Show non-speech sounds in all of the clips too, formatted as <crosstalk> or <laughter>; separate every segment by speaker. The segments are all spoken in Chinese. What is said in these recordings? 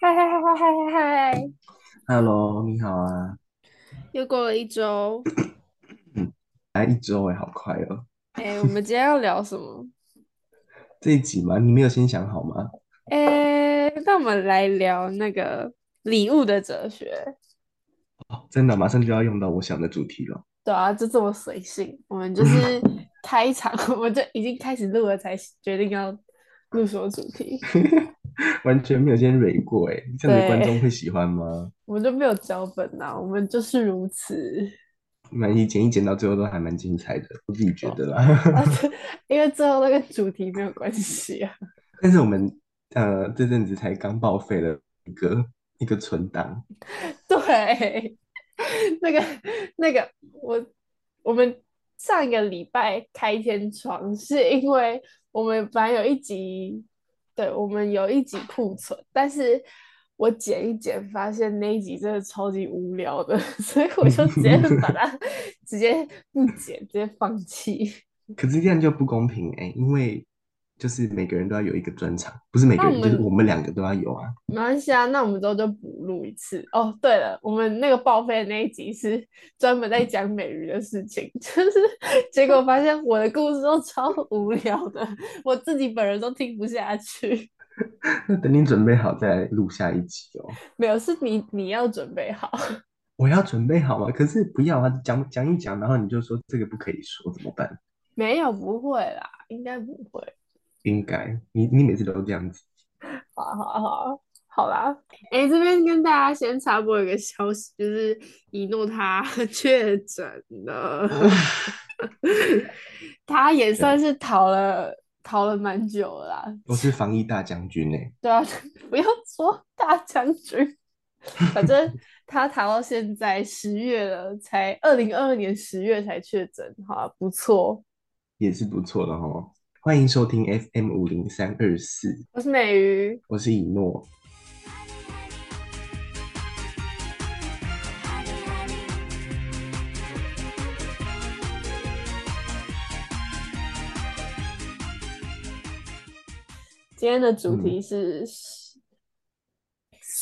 Speaker 1: 嗨嗨嗨！
Speaker 2: Hello，你好啊，
Speaker 1: 又过了一周，
Speaker 2: 嗯，来一周哎，好快哦。
Speaker 1: 哎，我们今天要聊什么？
Speaker 2: 这一集嘛，你没有先想好吗？
Speaker 1: 哎，那我们来聊那个礼物的哲学。
Speaker 2: 哦，真的，马上就要用到我想的主题了。
Speaker 1: 对啊，就这么随性，我们 <laughs> 就是开场， <laughs> 我们就已经开始录了，才决定要录什么主题，
Speaker 2: 完全没有先蕊过哎，这样子观众
Speaker 1: 对
Speaker 2: 会喜欢吗？
Speaker 1: 我们就没有脚本啊，我们就是如此。 <laughs>
Speaker 2: 蛮一剪一剪到最后都还蛮精彩的，我自己觉得
Speaker 1: 啊
Speaker 2: 啦。
Speaker 1: 这因为最后那个主题没有关系啊。
Speaker 2: <laughs> 但是我们呃这阵子才刚报废了一个一个存档，
Speaker 1: <laughs> 对，那个那个，我我们上一个礼拜开天窗，是因为我们本来有一集，对，我们有一集库存，但是我剪一剪，发现那一集真的超级无聊的， <laughs> 所以我就直接把它 <laughs> 直接不剪，直接放弃。
Speaker 2: 可是这样就不公平哎，因为就是每个人都要有一个专场，不是每
Speaker 1: 那
Speaker 2: 个
Speaker 1: 我
Speaker 2: 人，就是
Speaker 1: 们
Speaker 2: 我们两个都要有啊。
Speaker 1: 没关系啊，那我们之后就补录一次。哦，对了，我们那个报废的那一集是专门在讲美鱼的事情， <laughs> 就是结果发现我的故事都超无聊的，我自己本人都听不下去。 <laughs>
Speaker 2: 那等你准备好再来录下一集哦。
Speaker 1: 没有，是你你要准备好。 <laughs>
Speaker 2: 我要准备好吗？可是不要啊，讲讲一讲，然后你就说这个不可以说，怎么办？
Speaker 1: 没有，不会啦，应该不会。
Speaker 2: 应该，你你每次都这样子。
Speaker 1: 好啊好好，好啦。哎，这边跟大家先插播一个消息，就是一诺他 <laughs> 确诊了，他也算
Speaker 2: 对，
Speaker 1: 是逃了逃了蛮久了啦。
Speaker 2: 我是防疫大将军哎、
Speaker 1: 对啊， <laughs> 不要说大将军，反正他逃到现在十月了，才二零二二年十月才确诊，哈，不错。
Speaker 2: 也是不错的哦。欢迎收听 FM 五零三二四，
Speaker 1: 我是美鱼，
Speaker 2: 我是以诺。
Speaker 1: 今天的主
Speaker 2: 嗯，
Speaker 1: 题是
Speaker 2: 是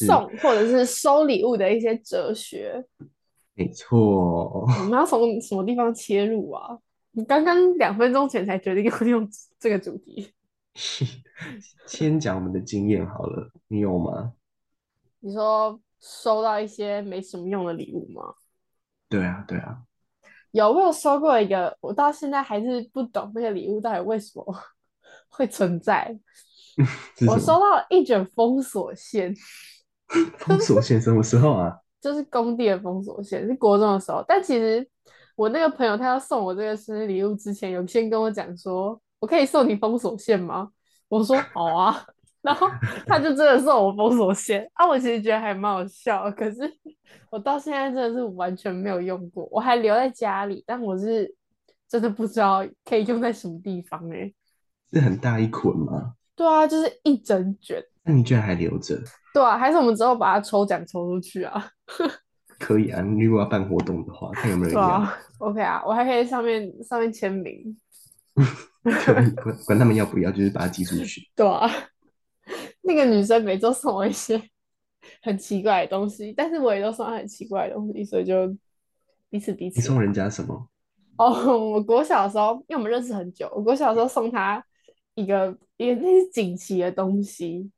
Speaker 1: 送或者是收礼物的一些哲学。
Speaker 2: 没错。
Speaker 1: 我们要从什么地方切入啊？你刚刚两分钟前才决定要用这个主题，
Speaker 2: 先讲我们的经验好了，你有吗？
Speaker 1: 你说收到一些没什么用的礼物吗？
Speaker 2: 对啊，对啊，
Speaker 1: 有，我有收过一个，我到现在还是不懂那个礼物到底为什么 <laughs> 会存在。
Speaker 2: 是
Speaker 1: 我
Speaker 2: 什
Speaker 1: 收
Speaker 2: 么？
Speaker 1: 到一卷封锁线，
Speaker 2: 封锁线什么时候啊？
Speaker 1: 就是工地的封锁线，是国中的时候。但其实我那个朋友他要送我这个生日礼物之前，有先跟我讲说，我可以送你封锁线吗？我说好啊，然后他就真的送我封锁线啊。我其实觉得还蛮好笑的，可是我到现在真的是完全没有用过，我还留在家里，但我是真的不知道可以用在什么地方哎、
Speaker 2: 是很大一捆吗？
Speaker 1: 对啊，就是一整卷，
Speaker 2: 那你居然还留着？
Speaker 1: 对啊，还是我们之后把它抽奖抽出去啊。
Speaker 2: 可以啊，你如果要办活动的话，看有没有
Speaker 1: 对
Speaker 2: 人要。
Speaker 1: 啊，OK 啊，我还可以上面上面签名，
Speaker 2: <laughs> 可以，管管他们要不要，就是把它寄出去。
Speaker 1: 对啊， <laughs> 那个女生每周送我一些很奇怪的东西，但是我也都送她很奇怪的东西，所以就彼此彼
Speaker 2: 你
Speaker 1: 此
Speaker 2: 送
Speaker 1: 啊。
Speaker 2: 人家什么？
Speaker 1: 哦，我国小的时候，因为我们认识很久，我国小的时候送她一个也那是锦旗的东
Speaker 2: <laughs>
Speaker 1: 西，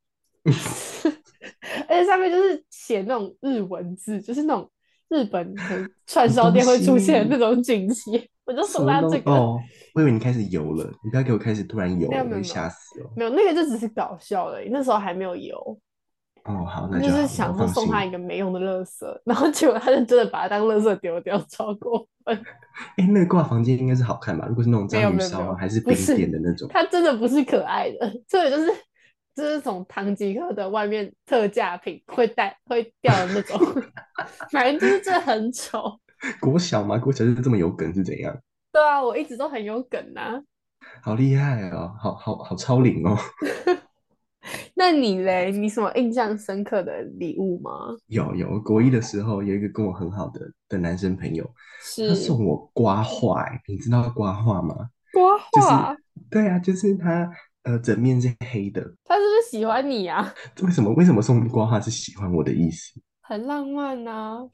Speaker 1: 而且上面就是写那种日文字，就是那种日本可能串
Speaker 2: 什
Speaker 1: 烧
Speaker 2: 么东
Speaker 1: 店会出现的
Speaker 2: 西？
Speaker 1: 那种锦旗， <laughs> 我就
Speaker 2: 什
Speaker 1: 送
Speaker 2: 么
Speaker 1: 她
Speaker 2: 东？
Speaker 1: 这个。
Speaker 2: 哦，我以为你开始油了，你不要给我开始突然油
Speaker 1: 没有没有
Speaker 2: 了，我会
Speaker 1: 没有
Speaker 2: 吓死哦。
Speaker 1: 没有，那个就只是搞笑而已，那时候还没有油，
Speaker 2: 哦，好，那
Speaker 1: 就
Speaker 2: 就是好，我
Speaker 1: 想说
Speaker 2: 放
Speaker 1: 送他一
Speaker 2: 心。
Speaker 1: 个没用的垃圾，然后结果他就真的把它当垃圾丢掉，超过分。
Speaker 2: 哎，那个挂房间应该是好看吧？如果是那种
Speaker 1: 没
Speaker 2: 章
Speaker 1: 有
Speaker 2: 鱼
Speaker 1: 没有没
Speaker 2: 烧啊，
Speaker 1: 有，
Speaker 2: 还是
Speaker 1: 不
Speaker 2: 冰
Speaker 1: 是，
Speaker 2: 店的那种，
Speaker 1: 它真的不是可爱的，这个就是就是从唐吉诃德外面特价品会带会掉的那
Speaker 2: <laughs>
Speaker 1: 种，反正就是这很丑。
Speaker 2: 国小吗？国小就这么有梗是怎样？
Speaker 1: 对啊，我一直都很有梗啊。
Speaker 2: 好厉害哦，好好好超龄哦。 <laughs>
Speaker 1: 那你嘞，你什么印象深刻的礼物吗？
Speaker 2: 有有，国一的时候有一个跟我很好的的男生朋友，他
Speaker 1: 是
Speaker 2: 送我刮画、欸，你知道刮画吗？
Speaker 1: 刮
Speaker 2: 就是，
Speaker 1: 画，
Speaker 2: 对啊，就是他，呃，整面是黑的，
Speaker 1: 他是不是喜欢你啊？ <laughs>
Speaker 2: 为什么？为什么送你挂画是喜欢我的意思？
Speaker 1: 很浪漫啊呐、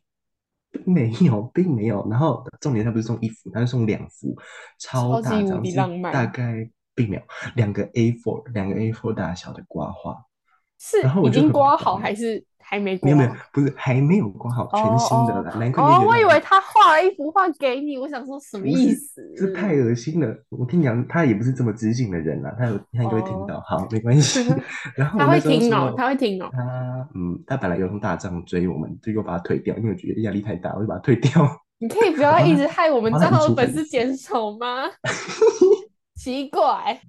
Speaker 2: 并没有，并没有。然后重点，他不是送一幅，他是送两幅，超
Speaker 1: 超
Speaker 2: 大
Speaker 1: 级无
Speaker 2: 张，
Speaker 1: 敌
Speaker 2: 是
Speaker 1: 浪漫
Speaker 2: 大概并没有两个 A4 两个 A4 大小的挂画，
Speaker 1: 是
Speaker 2: 然后我
Speaker 1: 已
Speaker 2: 就
Speaker 1: 经
Speaker 2: 很不
Speaker 1: 刮
Speaker 2: 懂
Speaker 1: 好
Speaker 2: 了
Speaker 1: 还是还没刮
Speaker 2: 没有没有
Speaker 1: 好？，
Speaker 2: 不是还没有挂好，全新的啦，难怪你
Speaker 1: 哦，
Speaker 2: 觉
Speaker 1: 我以
Speaker 2: 得
Speaker 1: 为他画了一幅画给你，我想说什么
Speaker 2: 不
Speaker 1: 意
Speaker 2: 是
Speaker 1: 思？
Speaker 2: 这太恶心了。我跟你讲，他也不是这么知性的人啊啦，他有他应该会听
Speaker 1: 哦
Speaker 2: 到，好，没
Speaker 1: <laughs>
Speaker 2: 关系。然后
Speaker 1: 他
Speaker 2: 我
Speaker 1: 会
Speaker 2: 那时候
Speaker 1: 听
Speaker 2: 收
Speaker 1: 哦，
Speaker 2: 到
Speaker 1: 他会听哦。
Speaker 2: 他，嗯，他本来有用大账追我们，就又把他退掉，因为我觉得压力太大，我就把他退掉。 <laughs>
Speaker 1: 你可以不要
Speaker 2: 帮
Speaker 1: 一
Speaker 2: 他
Speaker 1: 直害我们
Speaker 2: 帮他
Speaker 1: 账号的
Speaker 2: 移除
Speaker 1: 粉
Speaker 2: 粉
Speaker 1: 丝
Speaker 2: 丝
Speaker 1: 减少吗？奇怪，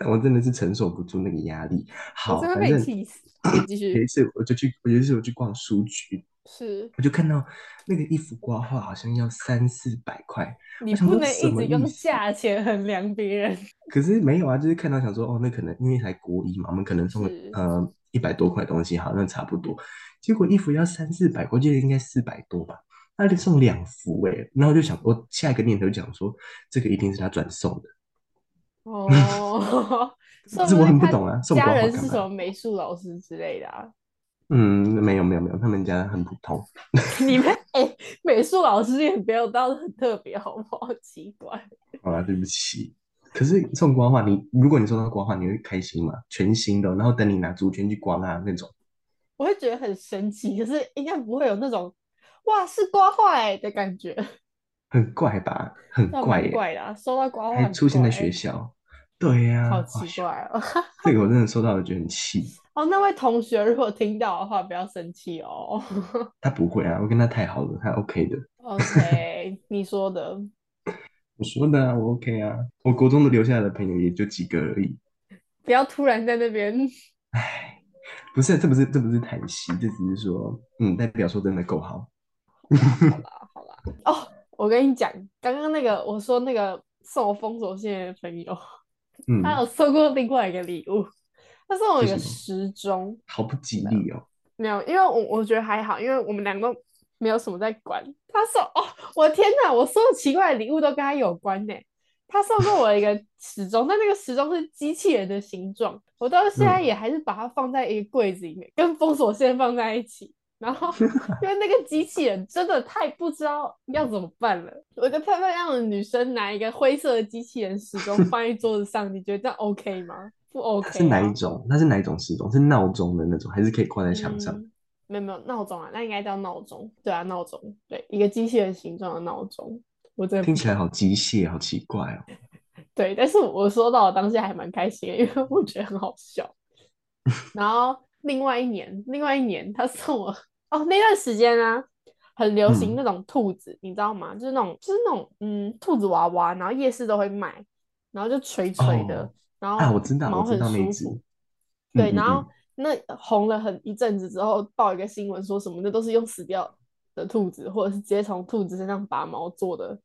Speaker 2: 但我真的是承受不住那个压力。
Speaker 1: 我
Speaker 2: 好，
Speaker 1: 真的
Speaker 2: 反
Speaker 1: 被
Speaker 2: 正
Speaker 1: 你气死。你继
Speaker 2: 有一
Speaker 1: 续，
Speaker 2: 次我就去，我有一次我去逛书局，
Speaker 1: 是
Speaker 2: 我就看到那个一幅挂画好像要三四百块，
Speaker 1: 你
Speaker 2: 我想
Speaker 1: 不
Speaker 2: 说
Speaker 1: 能
Speaker 2: 什
Speaker 1: 一
Speaker 2: 么
Speaker 1: 直
Speaker 2: 意
Speaker 1: 用
Speaker 2: 思？
Speaker 1: 价钱衡量别
Speaker 2: <laughs>
Speaker 1: 人。
Speaker 2: 可是没有啊，就是看到想说，哦，那可能因为才国一嘛，我们可能送了
Speaker 1: 是
Speaker 2: 呃一百多块东西，好，那差不多。结果一幅要三四百，我记得应该四百多吧，他就送两幅诶、然后我就想，我下一个念头就想说，这个一定是他转送的，
Speaker 1: 哦，说
Speaker 2: 这
Speaker 1: 不定
Speaker 2: 我很不
Speaker 1: 他
Speaker 2: 懂啊，送
Speaker 1: 家
Speaker 2: 国画
Speaker 1: 人
Speaker 2: 干
Speaker 1: 是
Speaker 2: 嘛
Speaker 1: 什？么美术老师之类的啊？ <laughs>
Speaker 2: 嗯，没有没有没有，他们家很普通。
Speaker 1: 你们哎、美术老师也没有到很特别，好不好？奇怪，
Speaker 2: 好啦，对不起。可是送刮画，你如果你收到刮画，你会开心吗？全新的，然后等你拿竹签去刮它那种，
Speaker 1: 我会觉得很神奇，可是应该不会有那种哇是刮画哎的感觉，
Speaker 2: 很怪吧？很
Speaker 1: 那
Speaker 2: 怪
Speaker 1: 蛮
Speaker 2: 耶、
Speaker 1: 怪的啊、收到刮画
Speaker 2: 还
Speaker 1: 很
Speaker 2: 出现
Speaker 1: 怪
Speaker 2: 在学
Speaker 1: 欸，
Speaker 2: 校。对呀、
Speaker 1: 好
Speaker 2: 好
Speaker 1: 奇
Speaker 2: 笑
Speaker 1: 怪哦。 <laughs>
Speaker 2: 这个我真的收到了，觉得很气。
Speaker 1: 哦，那位同学如果听到的话，不要生气哦。
Speaker 2: 他不会啊，我跟他太好了，他 OK 的。 <laughs>
Speaker 1: OK，你说的，
Speaker 2: 我说的啊，我 OK 啊。我国中的留下来的朋友也就几个而已。
Speaker 1: 不要突然在那边。
Speaker 2: 唉，不是，这不是，这不是叹息，这只是说，嗯，代表说真的够好。
Speaker 1: 好啦，好啦。哦，我跟你讲，刚刚那个我说那个送我封锁线的朋友，他
Speaker 2: 嗯，
Speaker 1: 有送过另外一个礼物，他送我
Speaker 2: 是
Speaker 1: 一个
Speaker 2: 什么？
Speaker 1: 时钟，
Speaker 2: 好不吉利哦。
Speaker 1: 没有，因为我我觉得还好，因为我们两个都没有什么在管。他送哦，我的天哪，我所有奇怪的礼物都跟他有关呢。他送过我一个时钟，但那个时钟是机器人的形状，我到现在
Speaker 2: 嗯，
Speaker 1: 也还是把它放在一个柜子里面，跟封锁线放在一起。然
Speaker 2: <laughs>
Speaker 1: 后，因为那个机器人真的太不知道要怎么办了，我个漂漂亮亮的女生拿一个灰色的机器人时钟放在桌子上，你觉得这样 OK 吗？不
Speaker 2: 它是
Speaker 1: OK
Speaker 2: 哪一
Speaker 1: 啊。
Speaker 2: 种？它是哪一种时钟？是闹钟的那种，还是可以挂在墙上？
Speaker 1: 嗯，没有没有闹钟啊，那应该叫闹钟。对啊，闹钟，对，一个机器人形状的闹钟，我真的
Speaker 2: 听
Speaker 1: 不
Speaker 2: 起来
Speaker 1: 懂。
Speaker 2: 好机械，好奇怪哦。
Speaker 1: 对，但是我收到的当下还蛮开心的，因为我觉得很好
Speaker 2: <laughs>
Speaker 1: 笑。然后另外一年，另外一年他送我哦，那段时间啊，很流行
Speaker 2: 嗯，
Speaker 1: 那种兔子，你知道吗？就是那种就是那种嗯兔子娃娃，然后夜市都会卖，然后就垂垂的，
Speaker 2: 哦，
Speaker 1: 然
Speaker 2: 啊，
Speaker 1: 后
Speaker 2: 我知道，我
Speaker 1: 毛
Speaker 2: 知
Speaker 1: 很
Speaker 2: 道那一
Speaker 1: 舒
Speaker 2: 只。
Speaker 1: 服。
Speaker 2: 嗯
Speaker 1: 对，然
Speaker 2: 嗯
Speaker 1: 后
Speaker 2: 嗯，
Speaker 1: 那红了很一阵子之后，报一个新闻说什么，那都是用死掉的兔子，或者是直接从兔子身上拔毛做的，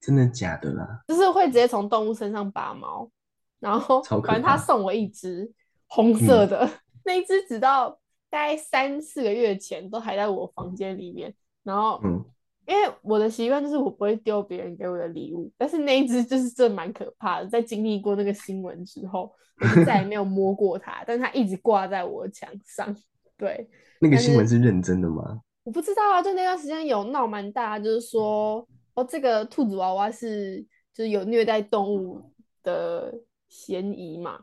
Speaker 2: 真的假的啦？
Speaker 1: 就是会直接从动物身上拔毛。然后
Speaker 2: 超可
Speaker 1: 反正他
Speaker 2: 怕。
Speaker 1: 送我一只红色
Speaker 2: 嗯，
Speaker 1: 的，那一只直到大概三四个月前都还在我房间里面。然后
Speaker 2: 嗯，
Speaker 1: 因为我的习惯就是我不会丢别人给我的礼物，但是那一只就是真的蛮可怕的。在经历过那个新闻之后，我就再也没
Speaker 2: <laughs>
Speaker 1: 有摸过它，但它一直挂在我的墙上。对，
Speaker 2: 那个
Speaker 1: 但
Speaker 2: 新闻
Speaker 1: 是
Speaker 2: 是认真的吗？
Speaker 1: 我不知道啊，就那段时间有闹蛮大，啊就是说哦，这个兔子娃娃是就是有虐待动物的嫌疑嘛。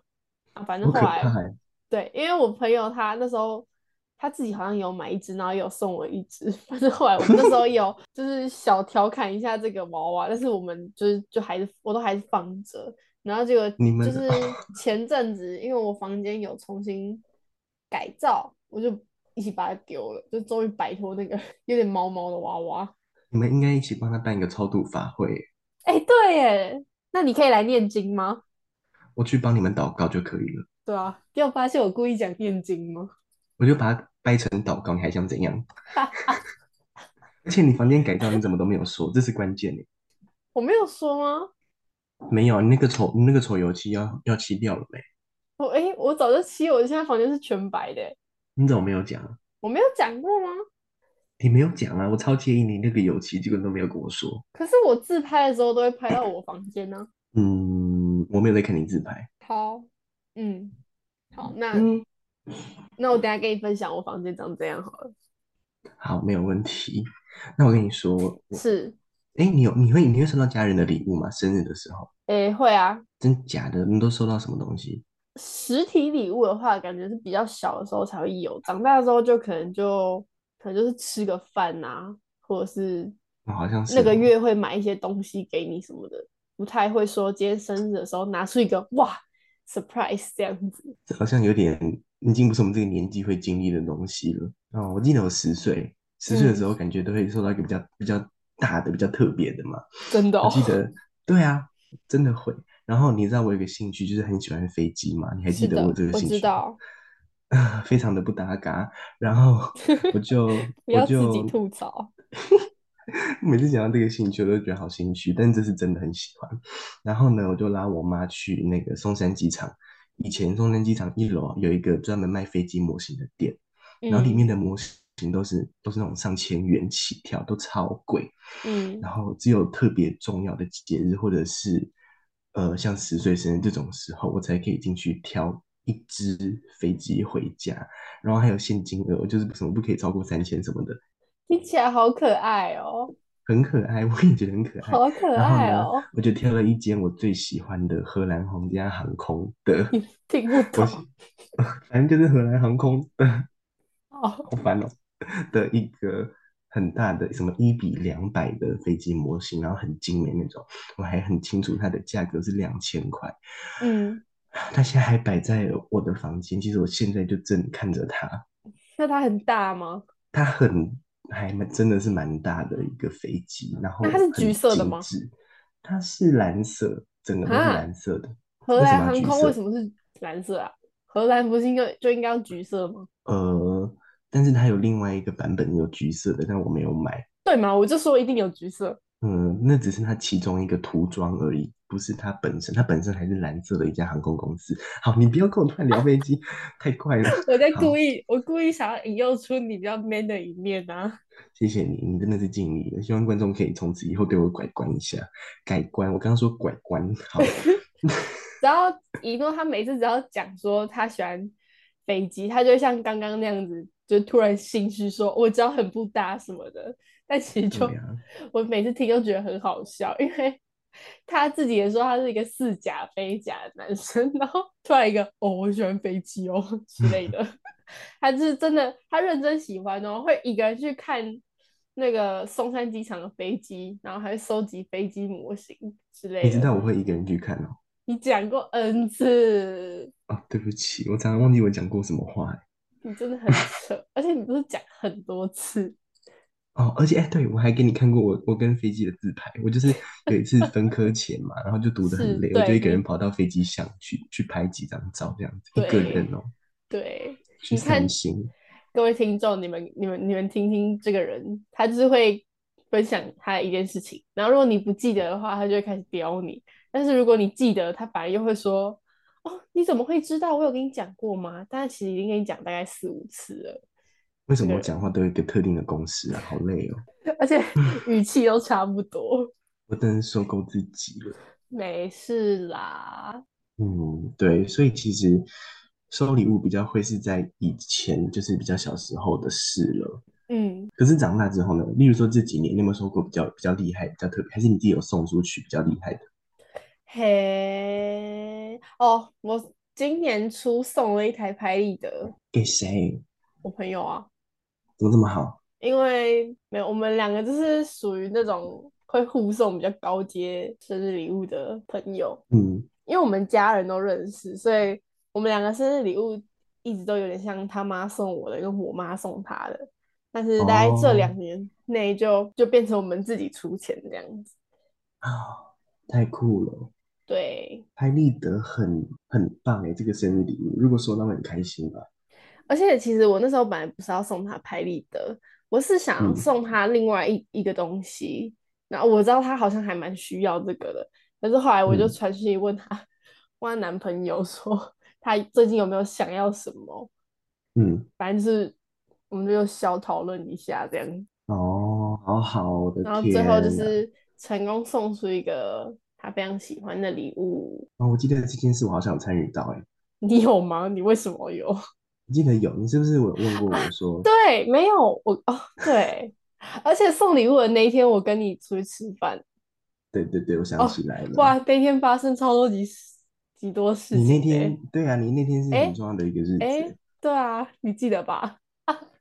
Speaker 1: 啊，反正
Speaker 2: 好
Speaker 1: 后
Speaker 2: 可
Speaker 1: 来，
Speaker 2: 怕欸！
Speaker 1: 对，因为我朋友他那时候他自己好像有买一只，然后也有送我一只。 <laughs> 反正后来我们那时候 <laughs> 有就是小调侃一下这个娃娃，但是我们就是就还是我都还是放着。然后结果
Speaker 2: 你
Speaker 1: 就
Speaker 2: 们
Speaker 1: <laughs>
Speaker 2: 啊，
Speaker 1: 是前阵子，因为我房间有重新改造，我就一起把它丢了，就终于摆脱那个 <laughs> 有点毛毛的娃娃。
Speaker 2: 你们应该一起帮他办一个超度法会，
Speaker 1: 哎，对耶，那你可以来念经吗？
Speaker 2: 我去帮你们祷告就可以了。
Speaker 1: 对啊，你有发现我故意讲念经吗？
Speaker 2: 我就把它掰成祷告，你还想怎样？ <laughs> 而且你房间改造，你怎么都没有说，这是关键欸。
Speaker 1: 我没有说吗？
Speaker 2: 没有，你那个丑，你那个丑油漆要要漆掉了没？
Speaker 1: 我哎、诶我早就漆，我现在房间是全白的欸，
Speaker 2: 你怎么没有讲啊？
Speaker 1: 我没有讲过吗？
Speaker 2: 你没有讲啊，我超介意你那个油漆，结果你都没有跟我说。
Speaker 1: 可是我自拍的时候都会拍到我房间呢、
Speaker 2: 嗯，我没有在看你自拍。
Speaker 1: 好，嗯，好，那
Speaker 2: 嗯，
Speaker 1: 那我等一下跟你分享我房间长怎样好了。
Speaker 2: 好，没有问题。那我跟你说，我
Speaker 1: 是，
Speaker 2: 哎，你有你会你会收到家人的礼物吗？生日的时候，
Speaker 1: 诶，会啊。
Speaker 2: 真假的？你都收到什么东西？
Speaker 1: 实体礼物的话，感觉是比较小的时候才会有，长大之后就可能就可能就是吃个饭啊，或者是
Speaker 2: 我好像是
Speaker 1: 那个
Speaker 2: 哦
Speaker 1: 月会买一些东西给你什么的，不太会说今天生日的时候拿出一个哇 surprise 这样子。
Speaker 2: 这好像有点已经不是我们这个年纪会经历的东西了。哦，我记得我十岁，十岁的时
Speaker 1: 嗯，
Speaker 2: 候感觉都会收到一个比较比较大的、比较特别的嘛。
Speaker 1: 真的
Speaker 2: 我
Speaker 1: 哦，
Speaker 2: 记得，对啊，真的会。然后你知道我有个兴趣，就是很喜欢飞机嘛？你还记
Speaker 1: 是
Speaker 2: 得我有
Speaker 1: 的，
Speaker 2: 这个
Speaker 1: 我
Speaker 2: 兴
Speaker 1: 知
Speaker 2: 趣吗？
Speaker 1: 道，
Speaker 2: 啊， <laughs> 非常的不搭嘎。然后我就
Speaker 1: <laughs> 不
Speaker 2: 我
Speaker 1: 要自己
Speaker 2: 就
Speaker 1: 吐槽。
Speaker 2: <laughs> 每次讲到这个兴趣，我都觉得好心虚，但这是真的很喜欢。然后呢，我就拉我妈去那个松山机场。以前松山机场一楼啊有一个专门卖飞机模型的店，然后里面
Speaker 1: 嗯
Speaker 2: 的模型都是都是那种上千元起跳，都超贵。
Speaker 1: 嗯
Speaker 2: 然后只有特别重要的节日或者是呃像十岁生日这种时候，我才可以进去挑一只飞机回家。然后还有现金额，就是什么不可以超过三千什么的，
Speaker 1: 听起来好可爱哦，
Speaker 2: 很可爱，我也觉得很可爱。
Speaker 1: 好可
Speaker 2: 然后
Speaker 1: 爱
Speaker 2: 呢，
Speaker 1: 哦，
Speaker 2: 我就挑了一间我最喜欢的荷兰皇家航空的，
Speaker 1: <laughs> 你听不
Speaker 2: 我
Speaker 1: 懂
Speaker 2: 喜 <laughs> 反正就是荷兰航空的，
Speaker 1: 哦，
Speaker 2: 好烦哦的一个很大的什么一比两百的飞机模型，然后很精美那种，我还很清楚它的价格是两千块，
Speaker 1: 嗯，
Speaker 2: 它现在还摆在我的房间，其实我现在就正看着它，
Speaker 1: 那它很大吗？
Speaker 2: 它很还蛮真的是蛮大的一个飞机，然
Speaker 1: 那它
Speaker 2: 后
Speaker 1: 是橘
Speaker 2: 很
Speaker 1: 色的
Speaker 2: 精
Speaker 1: 吗？
Speaker 2: 致，它是蓝色，整个都是
Speaker 1: 啊，
Speaker 2: 蓝色的，
Speaker 1: 荷
Speaker 2: 为什
Speaker 1: 兰
Speaker 2: 么要
Speaker 1: 航
Speaker 2: 橘
Speaker 1: 空为
Speaker 2: 色？
Speaker 1: 什么是蓝色啊？荷兰不是应该就应该要橘色吗？
Speaker 2: 呃，但是它有另外一个版本有橘色的，但我没有买。
Speaker 1: 对嘛，我就说一定有橘色。
Speaker 2: 嗯，那只是它其中一个涂装而已，不是它本身。它本身还是蓝色的一家航空公司。好，你不要跟我突然聊飞机，太快了。
Speaker 1: 我在故
Speaker 2: 好，
Speaker 1: 意，我故意想要引诱出你比较 man 的一面啊。
Speaker 2: 谢谢你，你真的是尽力了。希望观众可以从此以后对我改观一下，改观。我刚刚说拐观，好，
Speaker 1: 只要一诺他每次只要讲说他喜欢飞机，他就会像刚刚那样子，就突然心虚说我知道很不搭什么的。但其实就
Speaker 2: 对啊，
Speaker 1: 我每次听都觉得很好笑，因为他自己也说他是一个似假非假的男生，然后突然一个哦我喜欢飞机哦之类
Speaker 2: <laughs>
Speaker 1: 的，他是真的他认真喜欢哦，会一个人去看那个松山机场的飞机，然后还会收集飞机模型之
Speaker 2: 你
Speaker 1: 类
Speaker 2: 知
Speaker 1: 的。
Speaker 2: 道我会一个人去看哦。
Speaker 1: 你讲过 N 次，
Speaker 2: 啊，对不起，我常常忘记我讲过什么话欸。
Speaker 1: 你真的很扯，而且你不是讲很多次，
Speaker 2: 哦，而且哎，对，我还给你看过我我跟飞机的自拍。我就是
Speaker 1: <laughs>
Speaker 2: 有一次分科前嘛，然后就读得很
Speaker 1: 是
Speaker 2: 累，我就
Speaker 1: 对
Speaker 2: 一个人
Speaker 1: 你
Speaker 2: 跑到飞机上去去拍几张照，这样子一个人
Speaker 1: 对
Speaker 2: 哦，
Speaker 1: 对，
Speaker 2: 去
Speaker 1: 你
Speaker 2: 散
Speaker 1: 看
Speaker 2: 心。
Speaker 1: 各位听众，你们你们你们听听这个人，他就是会分享他的一件事情，然后如果你不记得的话，他就会开始刁你，但是如果你记得，他反而又会说。哦，你怎么会知道我有跟你讲过吗？但是其实已经跟你讲大概四五次了，
Speaker 2: 为什
Speaker 1: 这
Speaker 2: 么
Speaker 1: 个
Speaker 2: 我
Speaker 1: 人，
Speaker 2: 讲话都有一个特定的公式啊？好累哦，
Speaker 1: 而且 <laughs> 语气都差不多，
Speaker 2: 我真是受够自己了。
Speaker 1: 没事啦。
Speaker 2: 嗯，对，所以其实收礼物比较会是在以前，就是比较小时候的事了。
Speaker 1: 嗯，
Speaker 2: 可是长大之后呢，例如说这几年，你有没有收过比较比较厉害、比较特别，还是你自己有送出去比较厉害的？
Speaker 1: 嘿，哦，我今年初送了一台拍立得，
Speaker 2: 给谁？
Speaker 1: 我朋友啊，
Speaker 2: 怎么这么好？
Speaker 1: 因为没有我们两个就是属于那种会互送比较高阶生日礼物的朋友，
Speaker 2: 嗯，
Speaker 1: 因为我们家人都认识，所以我们两个生日礼物一直都有点像他妈送我的，跟我妈送他的，但是大概这
Speaker 2: 哦，
Speaker 1: 两年内就就变成我们自己出钱这样子，
Speaker 2: 啊，太酷了！
Speaker 1: 对。
Speaker 2: 拍立得很很棒诶，这个生日礼物，如果收到会很开心吧？
Speaker 1: 而且其实我那时候本来不是要送他拍立得，我是想要
Speaker 2: 嗯，
Speaker 1: 送他另外一一个东西。然后我知道他好像还蛮需要这个的，可是后来我就
Speaker 2: 嗯，
Speaker 1: 传讯息问他，问他男朋友说他最近有没有想要什么，
Speaker 2: 嗯，
Speaker 1: 反正就是我们就小讨论一下这样。
Speaker 2: 哦，好好，我的
Speaker 1: 然后最后就
Speaker 2: 天呐！啊
Speaker 1: 是成功送出一个他非常喜欢的礼物。
Speaker 2: 哦，我记得这件事我好像有参与到诶，
Speaker 1: 你有吗？你为什么有？
Speaker 2: 你记得有，你是不是有问过我说，
Speaker 1: 对，没有我哦，对，而且送礼物的那一天，我跟你出去吃饭，
Speaker 2: 对对对，我想
Speaker 1: 哦
Speaker 2: 起来了。
Speaker 1: 哇，那天发生超多级事极多事
Speaker 2: 你
Speaker 1: 情
Speaker 2: 那
Speaker 1: 的
Speaker 2: 天
Speaker 1: 欸，
Speaker 2: 对啊，你那天是
Speaker 1: 哎
Speaker 2: 很重要的一个日
Speaker 1: 哎、
Speaker 2: 子，
Speaker 1: 对啊，你记得吧？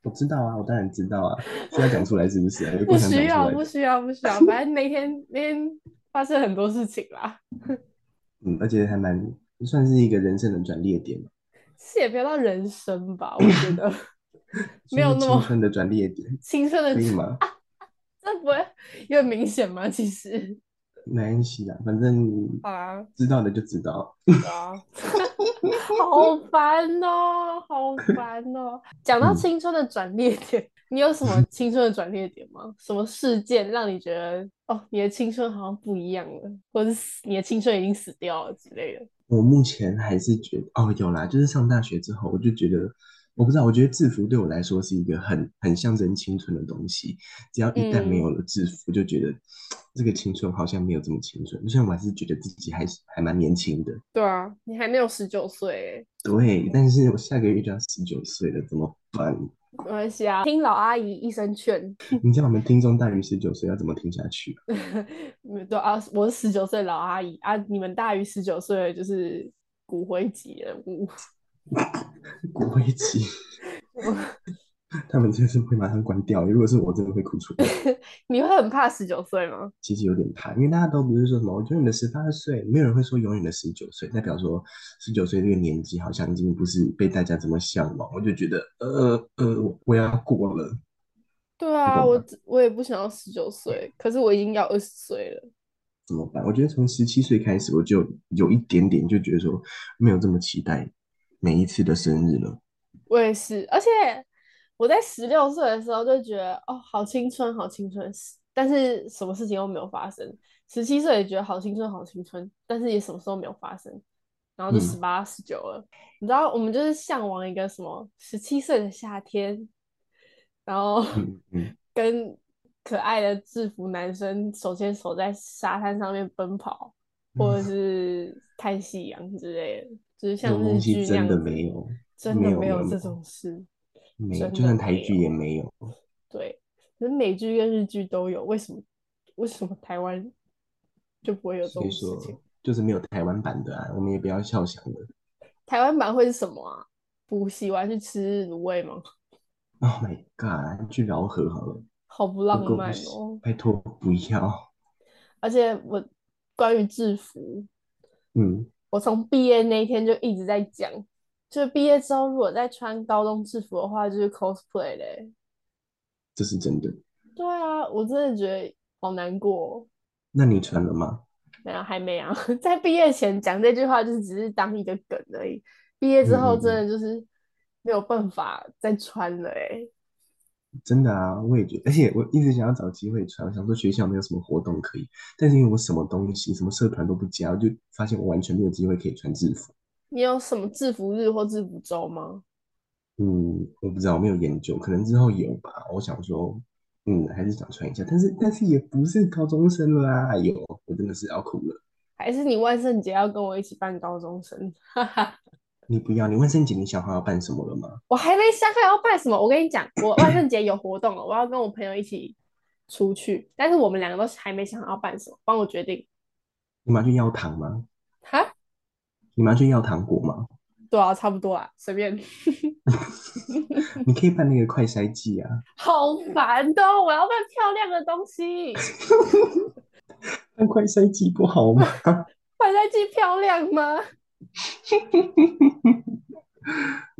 Speaker 2: 我知道啊，我当然知道啊，需要讲出来是
Speaker 1: <laughs>
Speaker 2: 不是啊？有
Speaker 1: 不
Speaker 2: 够想
Speaker 1: 需
Speaker 2: 讲出
Speaker 1: 要，
Speaker 2: 来
Speaker 1: 不
Speaker 2: 的，
Speaker 1: 需要，不需要，反正那天那天发生很多事情啦，
Speaker 2: 嗯，而且还蛮算是一个人生的转捩点，
Speaker 1: 是也不要到人生吧，我觉得 <laughs> 没
Speaker 2: 算
Speaker 1: 有那
Speaker 2: 是青
Speaker 1: 么
Speaker 2: 春的转捩
Speaker 1: <laughs>
Speaker 2: 点，
Speaker 1: 青春的
Speaker 2: 可以吗？
Speaker 1: 那不会有点明显吗？其实 <laughs>
Speaker 2: 没关系啦，反正
Speaker 1: 啊，
Speaker 2: 知道的就知道。
Speaker 1: 对啊，好烦哦，好烦哦。讲到
Speaker 2: 嗯，
Speaker 1: 青春的转捩点， <laughs> 你有什么青春的转捩点吗？什么事件让你觉得哦，你的青春好像不一样了，或者是你的青春已经死掉了之类的？
Speaker 2: 我目前还是觉得，哦，有啦，就是上大学之后，我就觉得，我不知道，我觉得制服对我来说是一个很很象征青春的东西。只要一旦
Speaker 1: 嗯
Speaker 2: 没有了制服，就觉得这个青春好像没有这么青春。虽然我还是觉得自己还是还蛮年轻的，
Speaker 1: 对啊，你还没有十九岁欸，
Speaker 2: 对，但是我下个月就要十九岁了，怎么办？
Speaker 1: 没关系啊， <laughs> 听老阿姨一声劝。
Speaker 2: 你叫我们听众大于十九岁，要怎么听下去啊？
Speaker 1: 嗯对啊，我是十九岁老阿姨啊，你们大于十九岁的就是骨灰级人物。
Speaker 2: 骨灰级，
Speaker 1: <laughs> 我
Speaker 2: 他们真是会马上关掉。如果是我，真的会哭出来。
Speaker 1: 你会很怕十九岁吗？
Speaker 2: 其实有点怕，因为大家都不是说什么永远的十八岁，没有人会说永远的十九岁，代表说十九岁这个年纪好像已经不是被大家这么向往。我就觉得，呃呃，我我要过了，
Speaker 1: 对
Speaker 2: 你
Speaker 1: 啊，
Speaker 2: 懂
Speaker 1: 我
Speaker 2: 吗？
Speaker 1: 只我也不想要十九岁，可是我已经要二十岁了。
Speaker 2: 怎么办？我觉得从十七岁开始，我就有一点点就觉得说没有这么期待每一次的生日了。
Speaker 1: 我也是，而且我在十六岁的时候就觉得，哦，好青春，好青春，但是什么事情都没有发生。十七岁也觉得好青春，好青春，但是也什么事都没有发生。然后就十
Speaker 2: 嗯，
Speaker 1: 八、十九了，你知道，我们就是向往一个什么十七岁的夏天，然后
Speaker 2: 嗯嗯，
Speaker 1: 跟可爱的制服男生手牵手在沙滩上面奔跑，或者
Speaker 2: 嗯
Speaker 1: 是看夕阳之类的，就是
Speaker 2: 这种
Speaker 1: 像日
Speaker 2: 东西
Speaker 1: 剧那
Speaker 2: 真
Speaker 1: 样
Speaker 2: 的
Speaker 1: 子，
Speaker 2: 没有，
Speaker 1: 真
Speaker 2: 没
Speaker 1: 的
Speaker 2: 有
Speaker 1: 没
Speaker 2: 没
Speaker 1: 有
Speaker 2: 有没
Speaker 1: 这
Speaker 2: 有
Speaker 1: 种事，
Speaker 2: 没有，
Speaker 1: 真
Speaker 2: 就
Speaker 1: 的
Speaker 2: 算台
Speaker 1: 没
Speaker 2: 剧也
Speaker 1: 有。
Speaker 2: 没有。
Speaker 1: 对，可是美剧跟日剧都有，为什么为什么台湾就不会有这
Speaker 2: 所以
Speaker 1: 种事情？
Speaker 2: 说，就是没有台湾版的啊，我们也不要笑想了。
Speaker 1: 台湾版会是什么啊？补习完去吃卤味吗？
Speaker 2: Oh my god！去饶河好了，
Speaker 1: 好不
Speaker 2: 不
Speaker 1: 浪
Speaker 2: 够不
Speaker 1: 漫
Speaker 2: 行，
Speaker 1: 哦！
Speaker 2: 拜托不要。
Speaker 1: 而且我关于制服，
Speaker 2: 嗯，
Speaker 1: 我从毕业那一天就一直在讲，就是毕业之后如果再穿高中制服的话，就是 cosplay 嘞。
Speaker 2: 这是真的。
Speaker 1: 对啊，我真的觉得好难过哦。
Speaker 2: 那你穿了吗？
Speaker 1: 没有，还没啊， <laughs> 在毕业前讲这句话就是只是当一个梗而已，毕业之
Speaker 2: 嗯
Speaker 1: 后
Speaker 2: 嗯
Speaker 1: 真
Speaker 2: 嗯，
Speaker 1: 的就是没有办法再穿了欸诶。
Speaker 2: 真的啊，我也觉得，而且我一直想要找机会穿，我想说学校没有什么活动可以，但是因为我什么东西、什么社团都不加，我就发现我完全没有机会可以穿制服。
Speaker 1: 你有什么制服日或制服周吗？
Speaker 2: 嗯，我不知道，我没有研究，可能之后有吧。我想说，嗯，还是想穿一下，但是但是也不是高中生了啊，哎呦，我真的是要哭了。
Speaker 1: 还是你万圣节要跟我一起扮高中生？ <laughs> 哈哈，
Speaker 2: 你不要，你万圣节你想好要办什么了吗？
Speaker 1: 我还没想好要办什么。我跟你讲，我万圣节有活动了，我要跟我朋友一起出去，但是我们两个都还没想好要办什么，帮我决定。
Speaker 2: 你们要去要糖吗？
Speaker 1: 哈，
Speaker 2: 你们要去要糖果吗？
Speaker 1: 对啊，差不多啊，随便。 <laughs>
Speaker 2: 你可以办那个快筛剂啊，
Speaker 1: 好烦的哦，我要办漂亮的东西。
Speaker 2: 办快筛剂不好吗？
Speaker 1: 快赛季漂亮吗？
Speaker 2: <laughs>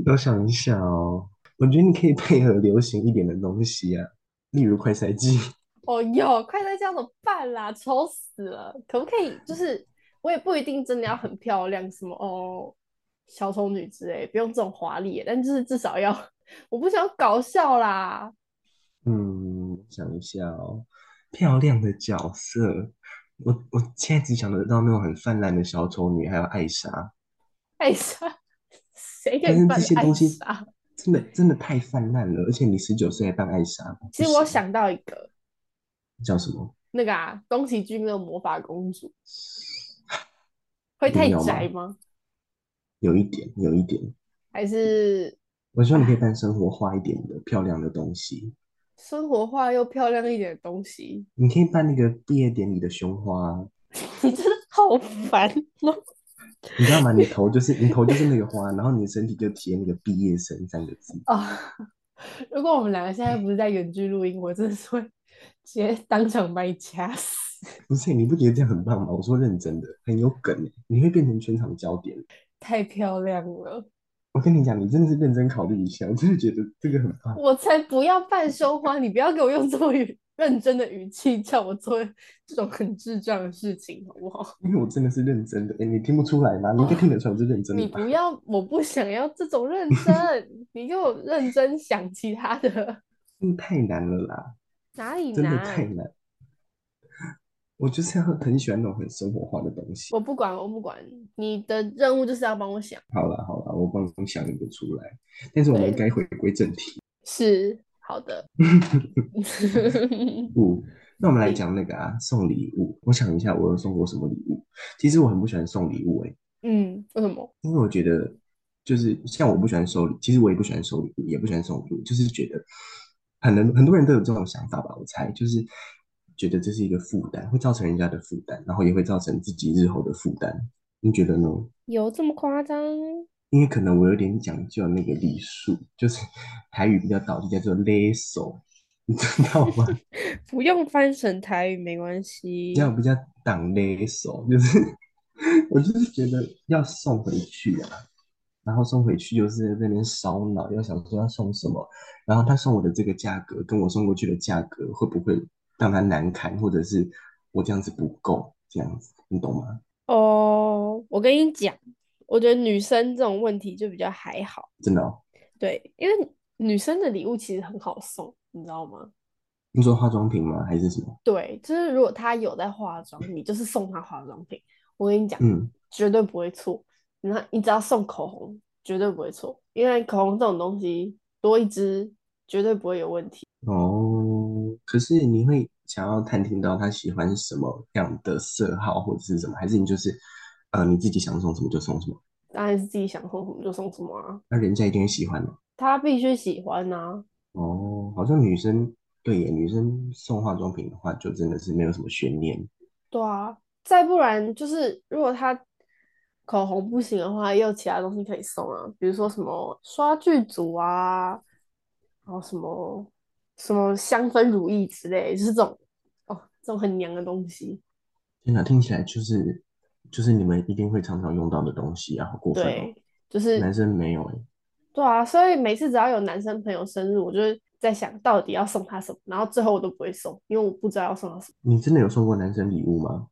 Speaker 2: 我想一下哦，我觉得你可以配合流行一点的东西啊，例如快筛剂。
Speaker 1: 哦哟，快乐这样怎么办啦？丑死了！可不可以？就是我也不一定真的要很漂亮，什么哦，小丑女之类，不用这种华丽耶，但就是至少要， <laughs> 我不想要搞笑啦。
Speaker 2: 嗯，想一下哦，漂亮的角色，我我现在只想得到那种很泛滥的小丑女，还有艾莎，
Speaker 1: <laughs> 艾莎，哎谁给你
Speaker 2: 但是这
Speaker 1: 扮的
Speaker 2: 些
Speaker 1: 艾
Speaker 2: 东西
Speaker 1: 莎？
Speaker 2: 真的真的太泛滥了，而且你十九岁还扮艾莎，
Speaker 1: 其
Speaker 2: 不
Speaker 1: 实我
Speaker 2: 行，
Speaker 1: 想到一个，
Speaker 2: 叫什么？
Speaker 1: 那个啊，宫崎骏的魔法公主会
Speaker 2: 你
Speaker 1: 太
Speaker 2: 有
Speaker 1: 宅
Speaker 2: 吗？
Speaker 1: 吗？
Speaker 2: 有一点，有一点。
Speaker 1: 还是
Speaker 2: 我希望你可以办生活化一点的、漂亮的东西。
Speaker 1: 生活化又漂亮一点的东西？ <laughs>
Speaker 2: 你可以办那个毕业典礼的胸花啊，
Speaker 1: 你真的好烦哦！
Speaker 2: 你知道吗？你头就是你头就是那个花，然后你的身体就贴那个“毕业生”三个字。
Speaker 1: 啊， <laughs> 如果我们两个现在不是在远距录音，我真的是会直接当场把你掐死。
Speaker 2: 不是，你不觉得这样很棒吗？我说认真的，很有梗欸，你会变成全场焦点。
Speaker 1: 太漂亮了，
Speaker 2: 我跟你讲，你真的是认真考虑一下，我真的觉得这个很 <laughs> 棒。
Speaker 1: 我才不要半羞花！你不要给我用这么语认 <laughs> 真的语气叫我做 <laughs> 这种很智障的事情，好不好？
Speaker 2: 因为我真的是认真的，哎，你听不出来吗？你应该听得出来我是认真的
Speaker 1: 你
Speaker 2: 吧？
Speaker 1: 不要，我不想要这种
Speaker 2: <laughs>
Speaker 1: 认真，你给我认真想其他的，
Speaker 2: 真的太难了啦，
Speaker 1: 哪里
Speaker 2: 真的太
Speaker 1: 难？
Speaker 2: 难。我就是要很喜欢那种很生活化的东西。
Speaker 1: 我不管，我不管，你的任务就是要帮我想，
Speaker 2: 好了好了，我帮你想一个出来，但是我们
Speaker 1: 对
Speaker 2: 该回归正题。
Speaker 1: 是好
Speaker 2: <laughs>
Speaker 1: 的。
Speaker 2: 物，嗯那我们来讲那个啊，送礼物。我想一下，我有送过什么礼物？其实我很不喜欢送礼物、欸，
Speaker 1: 嗯，为什么？
Speaker 2: 因为我觉得就是像我不喜欢收礼，其实我也不喜欢收礼物，也不喜欢送礼物，就是觉得很多很多人都有这种想法吧，我猜就是觉得这是一个负担，会造成人家的负担，然后也会造成自己日后的负担。你觉得呢？
Speaker 1: 有这么夸张？
Speaker 2: 因为可能我有点讲究那个礼数，就是台语比较道地叫做勒手，你知道吗？
Speaker 1: 不用翻成台语没关系
Speaker 2: 这。样比较挡勒手，就是 <laughs> 我就是觉得要送回去啊，然后送回去又是在那边烧脑，要想说要送什么，然后他送我的这个价格跟我送过去的价格会不会让他难堪，或者是我这样子不够，这样子你懂吗？
Speaker 1: 哦，我跟你讲，我觉得女生这种问题就比较还好，
Speaker 2: 真的哦，
Speaker 1: 对，因为女生的礼物其实很好送，你知道吗？
Speaker 2: 你说化妆品吗？还是什么？
Speaker 1: 对，就是如果她有在化妆，你就是送她化妆品，我跟你讲，
Speaker 2: 嗯，
Speaker 1: 绝对不会错。然后你只要送口红，绝对不会错，因为口红这种东西多一支绝对不会有问题。
Speaker 2: 哦，可是你会想要探听到他喜欢什么样的色号或者是什么，还是你就是呃你自己想送什么就送什么，
Speaker 1: 当然是自己想送什么就送什么啊，
Speaker 2: 那人家一定会喜欢的。
Speaker 1: 她必须喜欢啊。
Speaker 2: 哦，好像女生，对耶，女生送化妆品的话，就真的是没有什么悬念。
Speaker 1: 对啊，再不然就是如果他口红不行的话，也有其他东西可以送啊，比如说什么刷剧组啊，然后什么什么香氛乳液之类，就是这种哦，这种很娘的东西。
Speaker 2: 天哪，听起来就是就是你们一定会常常用到的东西啊，好过分哦！
Speaker 1: 对，就是
Speaker 2: 男生没有哎，
Speaker 1: 对啊，所以每次只要有男生朋友生日，我就会在想到底要送他什么，然后最后我都不会送，因为我不知道要送他什么，
Speaker 2: 你真的有送过男生礼物吗？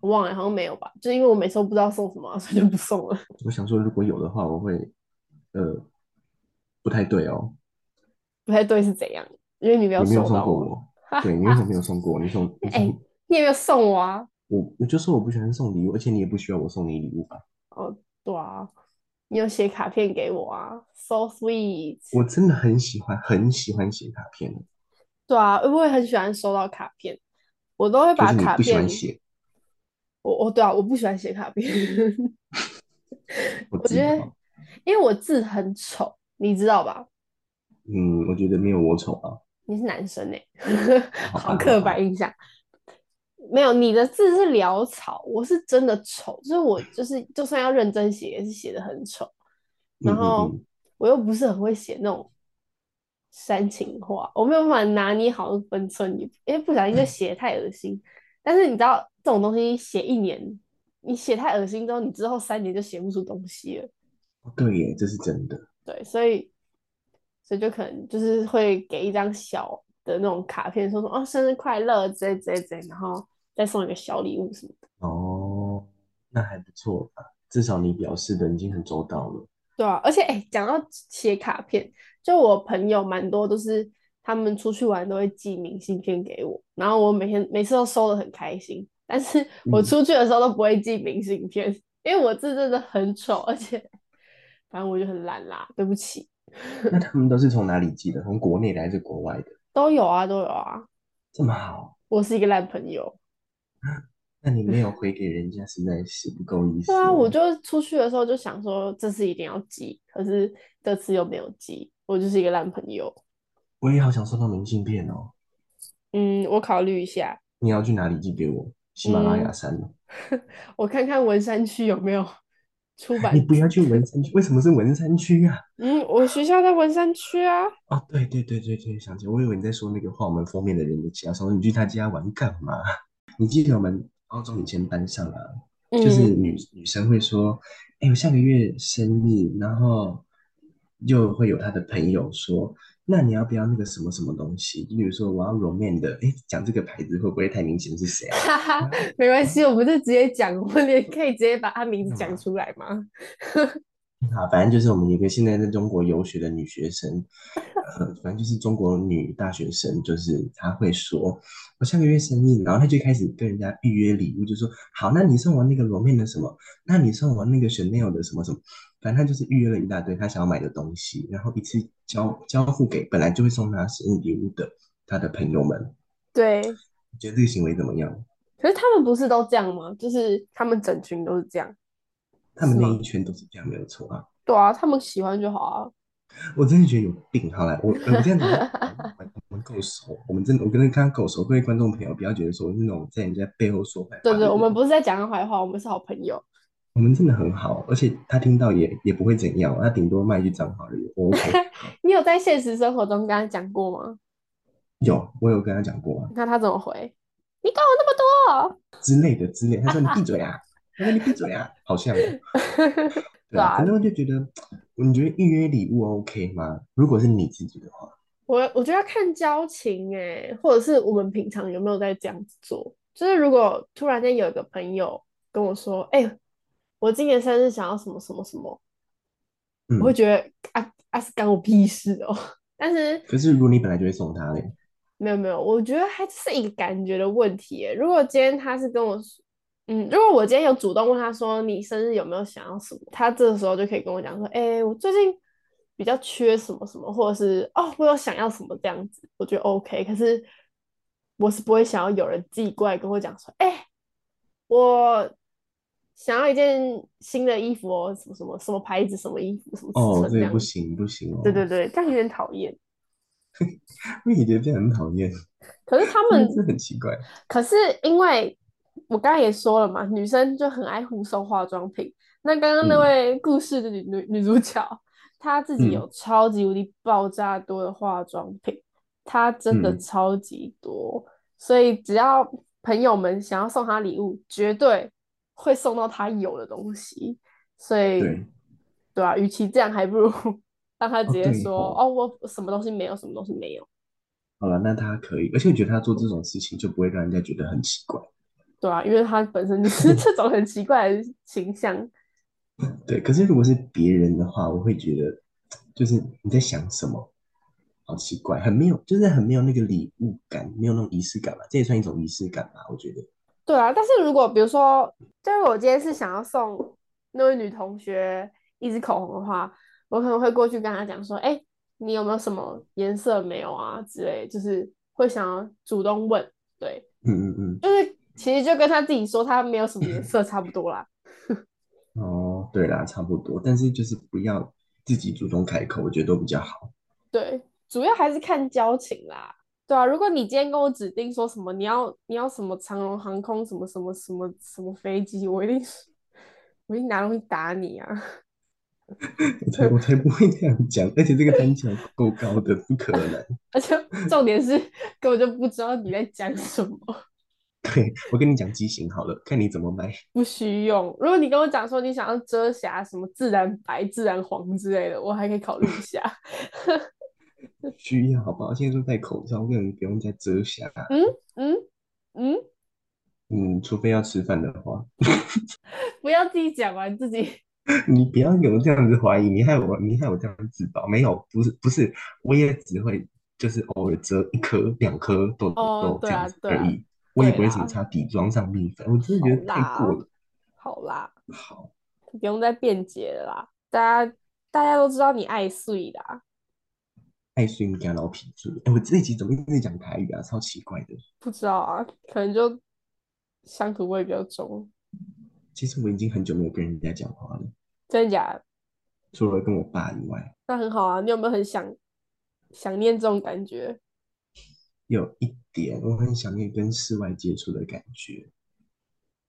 Speaker 1: 我忘了，好像没有吧，就是因为我每次都不知道送什么啊，所以就不送了。 <laughs>
Speaker 2: 我想说，如果有的话，我会呃不太对哦，
Speaker 1: 不太对是怎样？因为你没有
Speaker 2: 你没有
Speaker 1: 送
Speaker 2: 送
Speaker 1: 到
Speaker 2: 过
Speaker 1: 我。
Speaker 2: 我，对，你为什么没有送过我？
Speaker 1: <laughs>
Speaker 2: 你送你
Speaker 1: 哎
Speaker 2: 送
Speaker 1: 你也没有送我啊？
Speaker 2: 我，我就说我不喜欢送礼物，而且你也不需要我送你礼物吧？
Speaker 1: 哦，对啊，你有写卡片给我啊，so sweet。
Speaker 2: 我真的很喜欢很喜欢写卡片，
Speaker 1: 对啊，我也很喜欢收到卡片，我都会
Speaker 2: 就
Speaker 1: 把
Speaker 2: 是你
Speaker 1: 卡
Speaker 2: 不喜欢
Speaker 1: 片，
Speaker 2: 写，
Speaker 1: 我我对啊，我不喜欢写卡片，
Speaker 2: 我
Speaker 1: 我
Speaker 2: 知
Speaker 1: 觉得
Speaker 2: 道。
Speaker 1: 因为我字很丑，你知道吧？
Speaker 2: 嗯，我觉得没有我丑啊，
Speaker 1: 你是男生呢、欸
Speaker 2: 哦
Speaker 1: 好
Speaker 2: 好吧，好
Speaker 1: 刻
Speaker 2: 吧
Speaker 1: 板印象。没有，你的字是潦草，我是真的丑，就是我就是就算要认真写，也是写的很丑。然
Speaker 2: 嗯嗯
Speaker 1: 后
Speaker 2: 嗯，
Speaker 1: 我又不是很会写那种煽情话，我没有办法拿捏好那个分寸，因为不小心就写得太恶心。 <laughs> 但是你知道这种东西写一年，你写太恶心之后，你之后三年就写不出东西了。
Speaker 2: 哦对耶，这是真的。
Speaker 1: 对，所以所以就可能就是会给一张小的那种卡片，说说哦生日快乐，之类之类之类，然后再送一个小礼物什么的。
Speaker 2: 哦，那还不错吧，至少你表示的已经很周到了。
Speaker 1: 对啊，而且哎，讲到写卡片，就我朋友蛮多都是他们出去玩都会寄明信片给我，然后我每天每次都收的很开心，但是我
Speaker 2: 嗯
Speaker 1: 出去的时候都不会寄明信片，因为我字真的很丑，而且反正我就很懒啦，对不起，
Speaker 2: 那他们都是从哪里寄的？从国内的还是国外的？
Speaker 1: 都有啊都有啊，
Speaker 2: 这么好，
Speaker 1: 我是一个烂朋友。
Speaker 2: 那你没有回给人家，实在是不够意思
Speaker 1: <laughs> 对啊，我
Speaker 2: 哦。
Speaker 1: 就出去的时候就想说这次一定要寄，可是这次又没有寄，我就是一个烂朋友。
Speaker 2: 我也好想收到明信片哦。
Speaker 1: 嗯，我考虑一下，
Speaker 2: 你要去哪里寄给我？喜马拉雅
Speaker 1: 嗯，
Speaker 2: 山哦。
Speaker 1: 我看看文山区有没有出
Speaker 2: 你
Speaker 1: 版。
Speaker 2: 不要去文山区，为什么是文山区啊？
Speaker 1: 嗯，我学校在文山区啊。
Speaker 2: 哦，对对对对对，想起来，我以为你在说那个画我们封面的人的家，想说你去他家玩干嘛？ <laughs> 你记得我们高中以前班上啊，就是
Speaker 1: 嗯，
Speaker 2: 女女生会说，哎，我下个月生日，然后就会有她的朋友说，那你要不要那个什么什么东西？就比如说我要 Roman 的，哎，讲这个牌子会不会太明显是谁啊？ <laughs>
Speaker 1: 哈哈，
Speaker 2: 然后
Speaker 1: 没关系，我们就直接讲，我们连可以直接把他名字
Speaker 2: 干
Speaker 1: 讲
Speaker 2: 嘛？
Speaker 1: 出来吗？
Speaker 2: 啊，反正就是我们有一个现在在中国游学的女学生，呃，反正就是中国女大学生，就是她会说，我下个月生日，然后她就开始跟人家预约礼物，就说好，那你送我那个罗面的什么，那你送我那个 Chanel 的什么什么，反正她就是预约了一大堆她想要买的东西，然后一次交交付给本来就会送她生日礼物的她的朋友们，
Speaker 1: 对，
Speaker 2: 你觉得这个行为怎么样？
Speaker 1: 可是他们不是都这样吗？就是他们整群都是这样，
Speaker 2: 他
Speaker 1: 是
Speaker 2: 们那
Speaker 1: 吗？
Speaker 2: 一圈都是这样，没有错啊。
Speaker 1: 对啊，他们喜欢就好啊
Speaker 2: 我真的觉得有病。好了，我呃我这样讲，我
Speaker 1: 啊。
Speaker 2: 们我们够熟，我们真的我跟他刚够熟，各位观众朋友，不要觉得说我是那种在人家背后说坏
Speaker 1: 对
Speaker 2: 话
Speaker 1: 对，
Speaker 2: 的
Speaker 1: 我们
Speaker 2: 人，
Speaker 1: 不是在讲他坏话，我们是好朋友。
Speaker 2: 我们真的很好，而且他听到也也不会怎样，他顶多骂一句脏话而已，我
Speaker 1: <laughs>
Speaker 2: OK。好，
Speaker 1: 你有在现实生活中跟他讲过吗？
Speaker 2: 有我有跟他讲过啊
Speaker 1: 那他怎么回？你管我那么
Speaker 2: 之类的之类的，他说你闭嘴啊，他说你闭嘴啊，
Speaker 1: <laughs>
Speaker 2: 好像哦，
Speaker 1: 多？
Speaker 2: 对
Speaker 1: 对
Speaker 2: 啊，反
Speaker 1: 啊，
Speaker 2: 正我就觉得，你觉得预约礼物 OK 吗？如果是你自己的话，
Speaker 1: 我我觉得要看交情诶，或者是我们平常有没有在这样子做。就是如果突然间有一个朋友跟我说：“哎、我今年生日想要什么什么什么”，我会
Speaker 2: 嗯，
Speaker 1: 觉得啊啊是干我屁事哦。 <laughs> 但是
Speaker 2: 可是如果你本来就会送他嘞，
Speaker 1: 没有没有，我觉得还是一个感觉的问题耶。如果今天他是跟我说，嗯，如果我今天有主动问他说你生日有没有想要什么，他这个时候就可以跟我讲说，哎、我最近比较缺什么什么，或者是哦，我有想要什么这样子，我觉得 OK。可是我是不会想要有人自己过来跟我讲说，哎、我想要一件新的衣服哦，什么什么什么牌子，什么衣服，什么尺
Speaker 2: 哦，
Speaker 1: 寸
Speaker 2: 这
Speaker 1: 这
Speaker 2: 个不
Speaker 1: 样子。
Speaker 2: 行不行
Speaker 1: 对对
Speaker 2: 哦，
Speaker 1: 对，这样有点讨厌。
Speaker 2: 我也觉得这样很讨厌。
Speaker 1: 可是他
Speaker 2: 嗯这个
Speaker 1: 们。
Speaker 2: 真的很奇怪。
Speaker 1: 可是因为我刚才也说了嘛，女生就很爱互送化妆品。那刚刚那
Speaker 2: 嗯
Speaker 1: 位故事的女 <laughs> 女女主角，她自己有
Speaker 2: 嗯
Speaker 1: 超级无敌爆炸多的化妆品，她真的
Speaker 2: 嗯，
Speaker 1: 超级多，所以只要朋友们想要送她礼物，绝对会送到她有的东西。所以，
Speaker 2: 对，
Speaker 1: 对啊，与其这样，还不如 <laughs> 让她直
Speaker 2: 哦
Speaker 1: 接
Speaker 2: 对
Speaker 1: 说：
Speaker 2: 吼，
Speaker 1: “哦，我什么东西没有，什么东西没有。”
Speaker 2: 好了，那他可以，而且我觉得他做这种事情就不会让人家觉得很奇怪。
Speaker 1: 对啊，因为她本
Speaker 2: <laughs>
Speaker 1: 身就是这种很奇怪的形象。
Speaker 2: 对，可是如果是别人的话，我会觉得就是你在想什么，好奇怪，很没有，就是很没有那个礼物感，没有那种仪式感吧，这也算一种仪式感吧，我觉得。
Speaker 1: 对啊，但是如果比如说，就是我今天是想要送那位女同学一支口红的话，我可能会过去跟她讲说：“哎、你有没有什么颜色没有啊？”之类，就是会想要主动问。对，
Speaker 2: 嗯嗯
Speaker 1: 就是其实就跟她自己说她没有什么颜色差不多啦。
Speaker 2: 嗯，哦，对啦，差不多，但是就是不要自己主动开口，我觉得都比较好。
Speaker 1: 对，主要还是看交情啦。对啊，如果你今天跟我指定说什么你要你要什么长荣航空什么什么什么什么飞机，我一定 <laughs> 我一定拿东西打你啊！
Speaker 2: 我才我才不会这样讲，而且这个单价够高的，不可能。
Speaker 1: 而且重点是根本就不知道你在讲什么，
Speaker 2: 对，我跟你讲机型好了，看你怎么买。
Speaker 1: 不需用。如果你跟我讲说你想要遮瑕什么自然白、自然黄之类的，我还可以考虑一下。 <laughs>
Speaker 2: 需要，好不好？现在都戴口罩，根本不用再遮瑕。
Speaker 1: 嗯嗯嗯，
Speaker 2: 嗯，除非要吃饭的话， <laughs>
Speaker 1: 不要自己讲完自己。 <laughs>
Speaker 2: 你不要有这样子怀疑，你害我，你害我这样自爆。没有，不是不是，我也只会就是偶尔遮一颗、两颗痘
Speaker 1: 哦，
Speaker 2: 痘
Speaker 1: 对
Speaker 2: 这样
Speaker 1: 啊，
Speaker 2: 子
Speaker 1: 对
Speaker 2: 而
Speaker 1: 啊，
Speaker 2: 已，我也
Speaker 1: 对
Speaker 2: 不会什么
Speaker 1: 啦，
Speaker 2: 擦底妆上蜜粉，我真的觉
Speaker 1: 好
Speaker 2: 得太过
Speaker 1: 啦，
Speaker 2: 了。
Speaker 1: 好啦，
Speaker 2: 好，
Speaker 1: 不用再辩解了啦。大家大家都知道你爱睡啊啦，
Speaker 2: 爱睡不干老皮猪。哎，我这一集怎么一直讲台语啊？超奇怪的。
Speaker 1: 不知道啊，可能就乡土味比较重，
Speaker 2: 其实我已经很久没有跟人家讲话了，
Speaker 1: 真的假的？
Speaker 2: 除了跟我爸以外，
Speaker 1: 那很好啊，你有没有很想想念这种感觉？
Speaker 2: 有一点我很想念跟室外接触的感觉。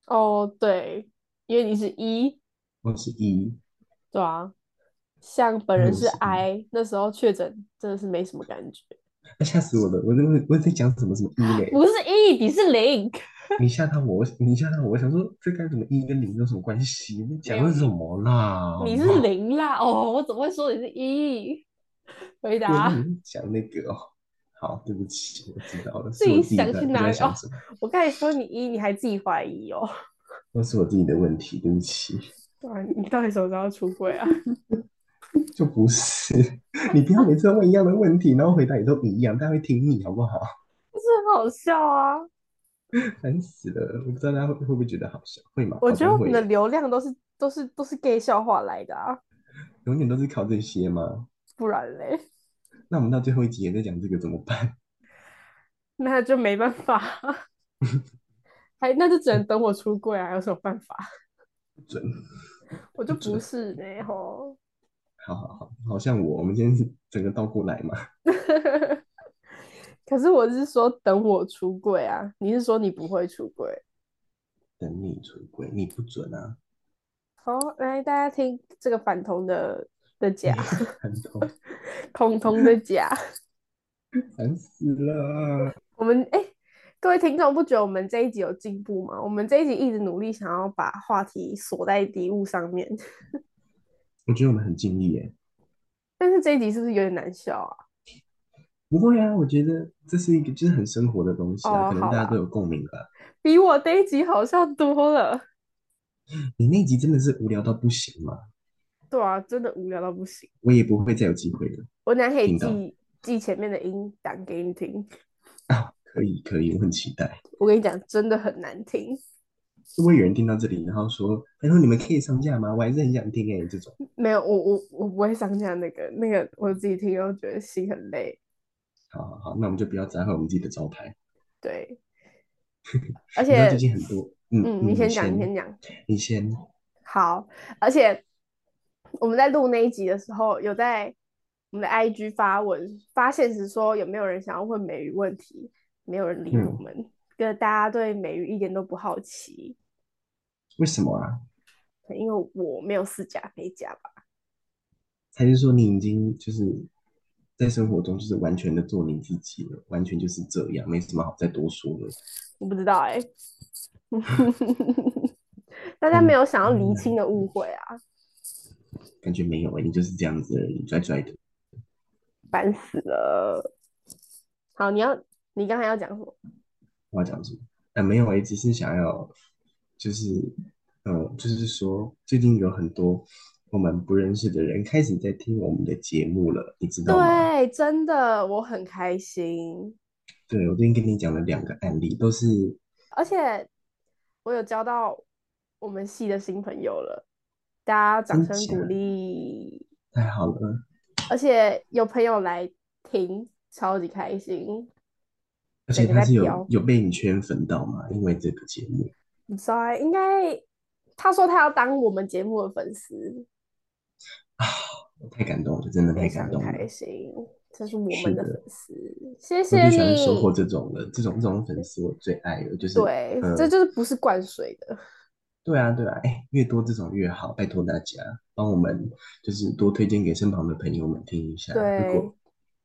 Speaker 1: 哦，对，因为你是 E，
Speaker 2: 我是 E，
Speaker 1: 对啊，像本人
Speaker 2: 嗯
Speaker 1: 是
Speaker 2: 是
Speaker 1: I，那时候确诊真的是没什么感觉。
Speaker 2: 啊吓死我了！我在我在讲什么什么 E 嘞？
Speaker 1: 不是 E，你是零。
Speaker 2: 你吓到我，你吓到我，我想说这该怎么 E 跟零有什么关系？你讲的是什么啦？
Speaker 1: 你是零啦，哦，我怎么会说你是一？回
Speaker 2: 对，那
Speaker 1: 答，
Speaker 2: 你讲那个哦。好，对不起，我知道了，
Speaker 1: 自
Speaker 2: 是我
Speaker 1: 己
Speaker 2: 自己
Speaker 1: 想
Speaker 2: 在
Speaker 1: 去
Speaker 2: 我
Speaker 1: 哪
Speaker 2: 在
Speaker 1: 里
Speaker 2: 想
Speaker 1: 哦
Speaker 2: 什么，
Speaker 1: 我刚才说你一，你还自己怀疑哦。
Speaker 2: 那是我自己的问题，对不起，
Speaker 1: 对啊，你到底什么时候出轨啊？ <laughs>
Speaker 2: 就不是。你不要每次都问一样的问题，然后回答也都一样，大家会听你好不好？
Speaker 1: 不是很好笑啊？
Speaker 2: 烦死了，我不知道大家会会不会觉得好笑，会吗？
Speaker 1: 我
Speaker 2: 好
Speaker 1: 觉
Speaker 2: 像
Speaker 1: 得我们的
Speaker 2: 会
Speaker 1: 流量都是都是都是 gay 笑话来的啊，
Speaker 2: 永远都是靠这些吗？
Speaker 1: 不然嘞，
Speaker 2: 那我们到最后一集也在讲这个怎么办？
Speaker 1: 那就没办法，还那就只能等我出柜啊，有什么办法？
Speaker 2: 不准，
Speaker 1: 我就不是呢吼。
Speaker 2: 好好好，好像我，我们今天是整个倒过来嘛。
Speaker 1: <laughs> 可是我是说等我出柜啊，你是说你不会出柜？
Speaker 2: 等你出轨，你不准啊！
Speaker 1: 好，哦来大家听这个反同的的假，
Speaker 2: <laughs> 很痛，
Speaker 1: 恐同的假。
Speaker 2: 烦死了。
Speaker 1: 我们哎、各位听众，不觉得我们这一集有进步吗？我们这一集一直努力想要把话题锁在礼物上面，
Speaker 2: 我觉得我们很尽力耶。
Speaker 1: 但是这一集是不是有点难笑啊？
Speaker 2: 不会啊，我觉得这是一个就是很生活的东西
Speaker 1: 哦
Speaker 2: 啊，可能
Speaker 1: 好
Speaker 2: 大家
Speaker 1: 啦
Speaker 2: 都有共鸣吧。
Speaker 1: 比我这一集好笑多了。
Speaker 2: 你那集真的是无聊到不行嘛，
Speaker 1: 对啊，真的无聊到不行。
Speaker 2: 我也不会再有机会了。
Speaker 1: 我等下可以
Speaker 2: 听到
Speaker 1: 寄寄前面的音档给你听。
Speaker 2: 可以可以，我很期待。
Speaker 1: 我跟你讲，真的很难听，
Speaker 2: 会不会有人听到这里，然后说：“他说你们可以上架吗？我还是很想听哎。”这种
Speaker 1: 没有我我我不会上架那个那个，我自己听都觉得心很累。
Speaker 2: 好好好，那我们就不要砸坏我们自己的招牌。 <laughs>
Speaker 1: 对，而
Speaker 2: 你知道
Speaker 1: 且
Speaker 2: 最近很多，嗯
Speaker 1: 嗯，你
Speaker 2: 嗯
Speaker 1: 先讲，
Speaker 2: 先
Speaker 1: 你先讲。
Speaker 2: 你先，
Speaker 1: 好，而且我们在录那一集的时候，有在我们的 IG 发文发现时说，有没有人想要问美语问题？没有人理我
Speaker 2: 嗯
Speaker 1: 们，因为大家对美语一点都不好奇，
Speaker 2: 为什么啊？
Speaker 1: 因为我没有四甲非甲吧？
Speaker 2: 还是说你已经就是在生活中就是完全的做你自己了，完全就是这样，没什么好再多说了。
Speaker 1: 我不知道哎、 <laughs> 大家没有想要
Speaker 2: 嗯
Speaker 1: 厘清的误会啊，
Speaker 2: 感觉没有哎、你就是这样子而已，拽拽的。
Speaker 1: 烦死了。好，你要你刚才要讲什么？
Speaker 2: 我要讲什么？啊，没有哎、只是想要，就是，呃，就是说，最近有很多我们不认识的人开始在听我们的节目了，你知道吗？
Speaker 1: 对，真的我很开心。
Speaker 2: 对，我最近跟你讲了两个案例，都是
Speaker 1: 而且我有交到我们系的新朋友了，大家掌
Speaker 2: 真
Speaker 1: 声鼓
Speaker 2: 假
Speaker 1: 励。
Speaker 2: 太好了。
Speaker 1: 而且有朋友来听，超级开心。
Speaker 2: 而且
Speaker 1: 整个
Speaker 2: 他
Speaker 1: 在
Speaker 2: 是
Speaker 1: 飙
Speaker 2: 有有被你圈粉到吗？因为这个节目，
Speaker 1: 你知道欸，应该他说他要当我们节目的粉丝，
Speaker 2: 啊我太感动了，真的太
Speaker 1: 非
Speaker 2: 感
Speaker 1: 常
Speaker 2: 动了。
Speaker 1: 开心。这是我
Speaker 2: 是
Speaker 1: 们的
Speaker 2: 的
Speaker 1: 粉丝，谢
Speaker 2: 我
Speaker 1: 谢
Speaker 2: 最喜欢收获
Speaker 1: 你。
Speaker 2: 这种的，这种这种粉丝我最爱了，就是
Speaker 1: 对，
Speaker 2: 嗯
Speaker 1: 这就是不是灌水的。
Speaker 2: 对啊，对啊，哎，越多这种越好，拜托大家帮我们，就是多推荐给身旁的朋友们听一下。
Speaker 1: 对
Speaker 2: 如果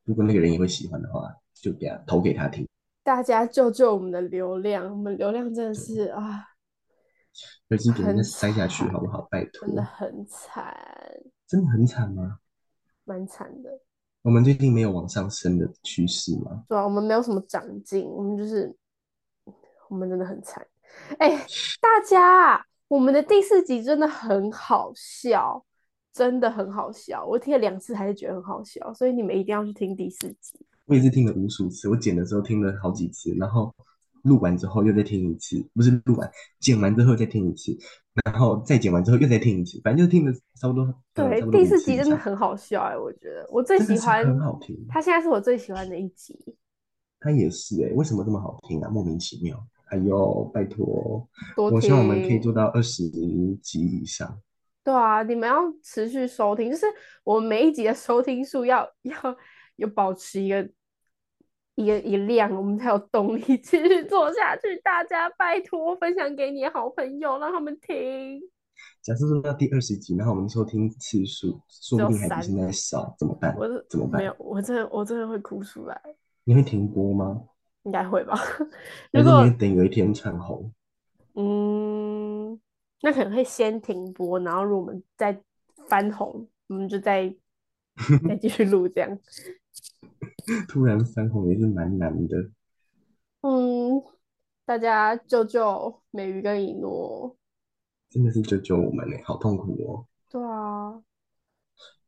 Speaker 2: 如果那个人也会喜欢的话，就给他投给他听。
Speaker 1: 大家救救我们的流量，我们流量真的是啊，
Speaker 2: 耳机给人家
Speaker 1: 很
Speaker 2: 塞下去
Speaker 1: 惨
Speaker 2: 好不好？拜托
Speaker 1: 真，的很惨，
Speaker 2: 真的很惨吗？
Speaker 1: 蛮惨的。
Speaker 2: 我们最近没有往上升的趋势吗？
Speaker 1: 对啊，我们没有什么长进，我们就是我们真的很惨。哎、大家，我们的第四集真的很好笑，真的很好笑。我听了两次还是觉得很好笑，所以你们一定要去听第四集。
Speaker 2: 我也是听了无数次，我剪的时候听了好几次，然后录完之后又再听一次，不是录完，剪完之后再听一次，然后再剪完之后又再听一次，反正就听了差不多，嗯
Speaker 1: 对
Speaker 2: 差，不多
Speaker 1: 第
Speaker 2: 五
Speaker 1: 四
Speaker 2: 次
Speaker 1: 集
Speaker 2: 以
Speaker 1: 真的
Speaker 2: 上
Speaker 1: 很好笑哎、我觉得我最
Speaker 2: 真的
Speaker 1: 喜
Speaker 2: 是很
Speaker 1: 欢，
Speaker 2: 好听。
Speaker 1: 它现在是我最喜欢的一集。
Speaker 2: 欸他也是哎、为什么这么好听啊？莫名其妙。哎呦，拜托，
Speaker 1: 多
Speaker 2: 我希望我们可以
Speaker 1: 听
Speaker 2: 做到二十集以上。
Speaker 1: 对啊，你们要持续收听，就是我们每一集的收听数要要有保持一个一个一量，我们才有动力继续做下去。大家拜托分享给你的好朋友，让他们听。
Speaker 2: 假设做到第二十集，然后我们收听次数，
Speaker 1: 只
Speaker 2: 说不
Speaker 1: 有
Speaker 2: 定还比
Speaker 1: 三
Speaker 2: 现在少，怎么办？
Speaker 1: 我是
Speaker 2: 怎么
Speaker 1: 没
Speaker 2: 办？
Speaker 1: 有，我真的我真的会哭出来，
Speaker 2: 你会停播吗？
Speaker 1: 应该会吧？ <laughs>
Speaker 2: 还
Speaker 1: 如
Speaker 2: 是你
Speaker 1: 果
Speaker 2: 会等有一天产红？
Speaker 1: 嗯，那可能会先停播，然后如果我们再翻红，我们就再再继续录这样。
Speaker 2: 突然翻红也是蛮难的。
Speaker 1: 嗯，大家救救美鱼跟以诺。
Speaker 2: 真的是救救我们呢、好痛苦哦。
Speaker 1: 对啊，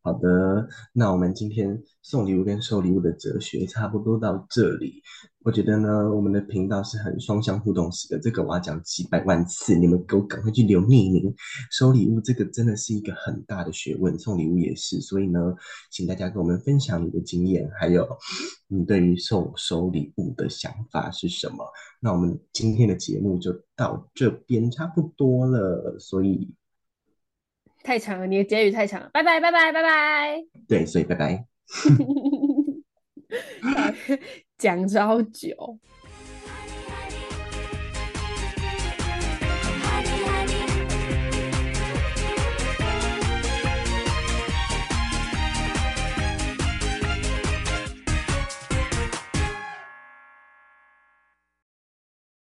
Speaker 2: 好的，那我们今天送礼物跟收礼物的哲学差不多到这里。我觉得呢，我们的频道是很双向互动式的，这个我要讲几百万次，你们给我赶快去留匿名。收礼物这个真的是一个很大的学问，送礼物也是。所以呢，请大家跟我们分享你的经验，还有你对于送收礼物的想法是什么。那我们今天的节目就到这边差不多了，所以
Speaker 1: 太长了，你的结语太长了，拜拜拜拜拜 <laughs> 拜，
Speaker 2: 对，所以拜拜。
Speaker 1: 讲超久。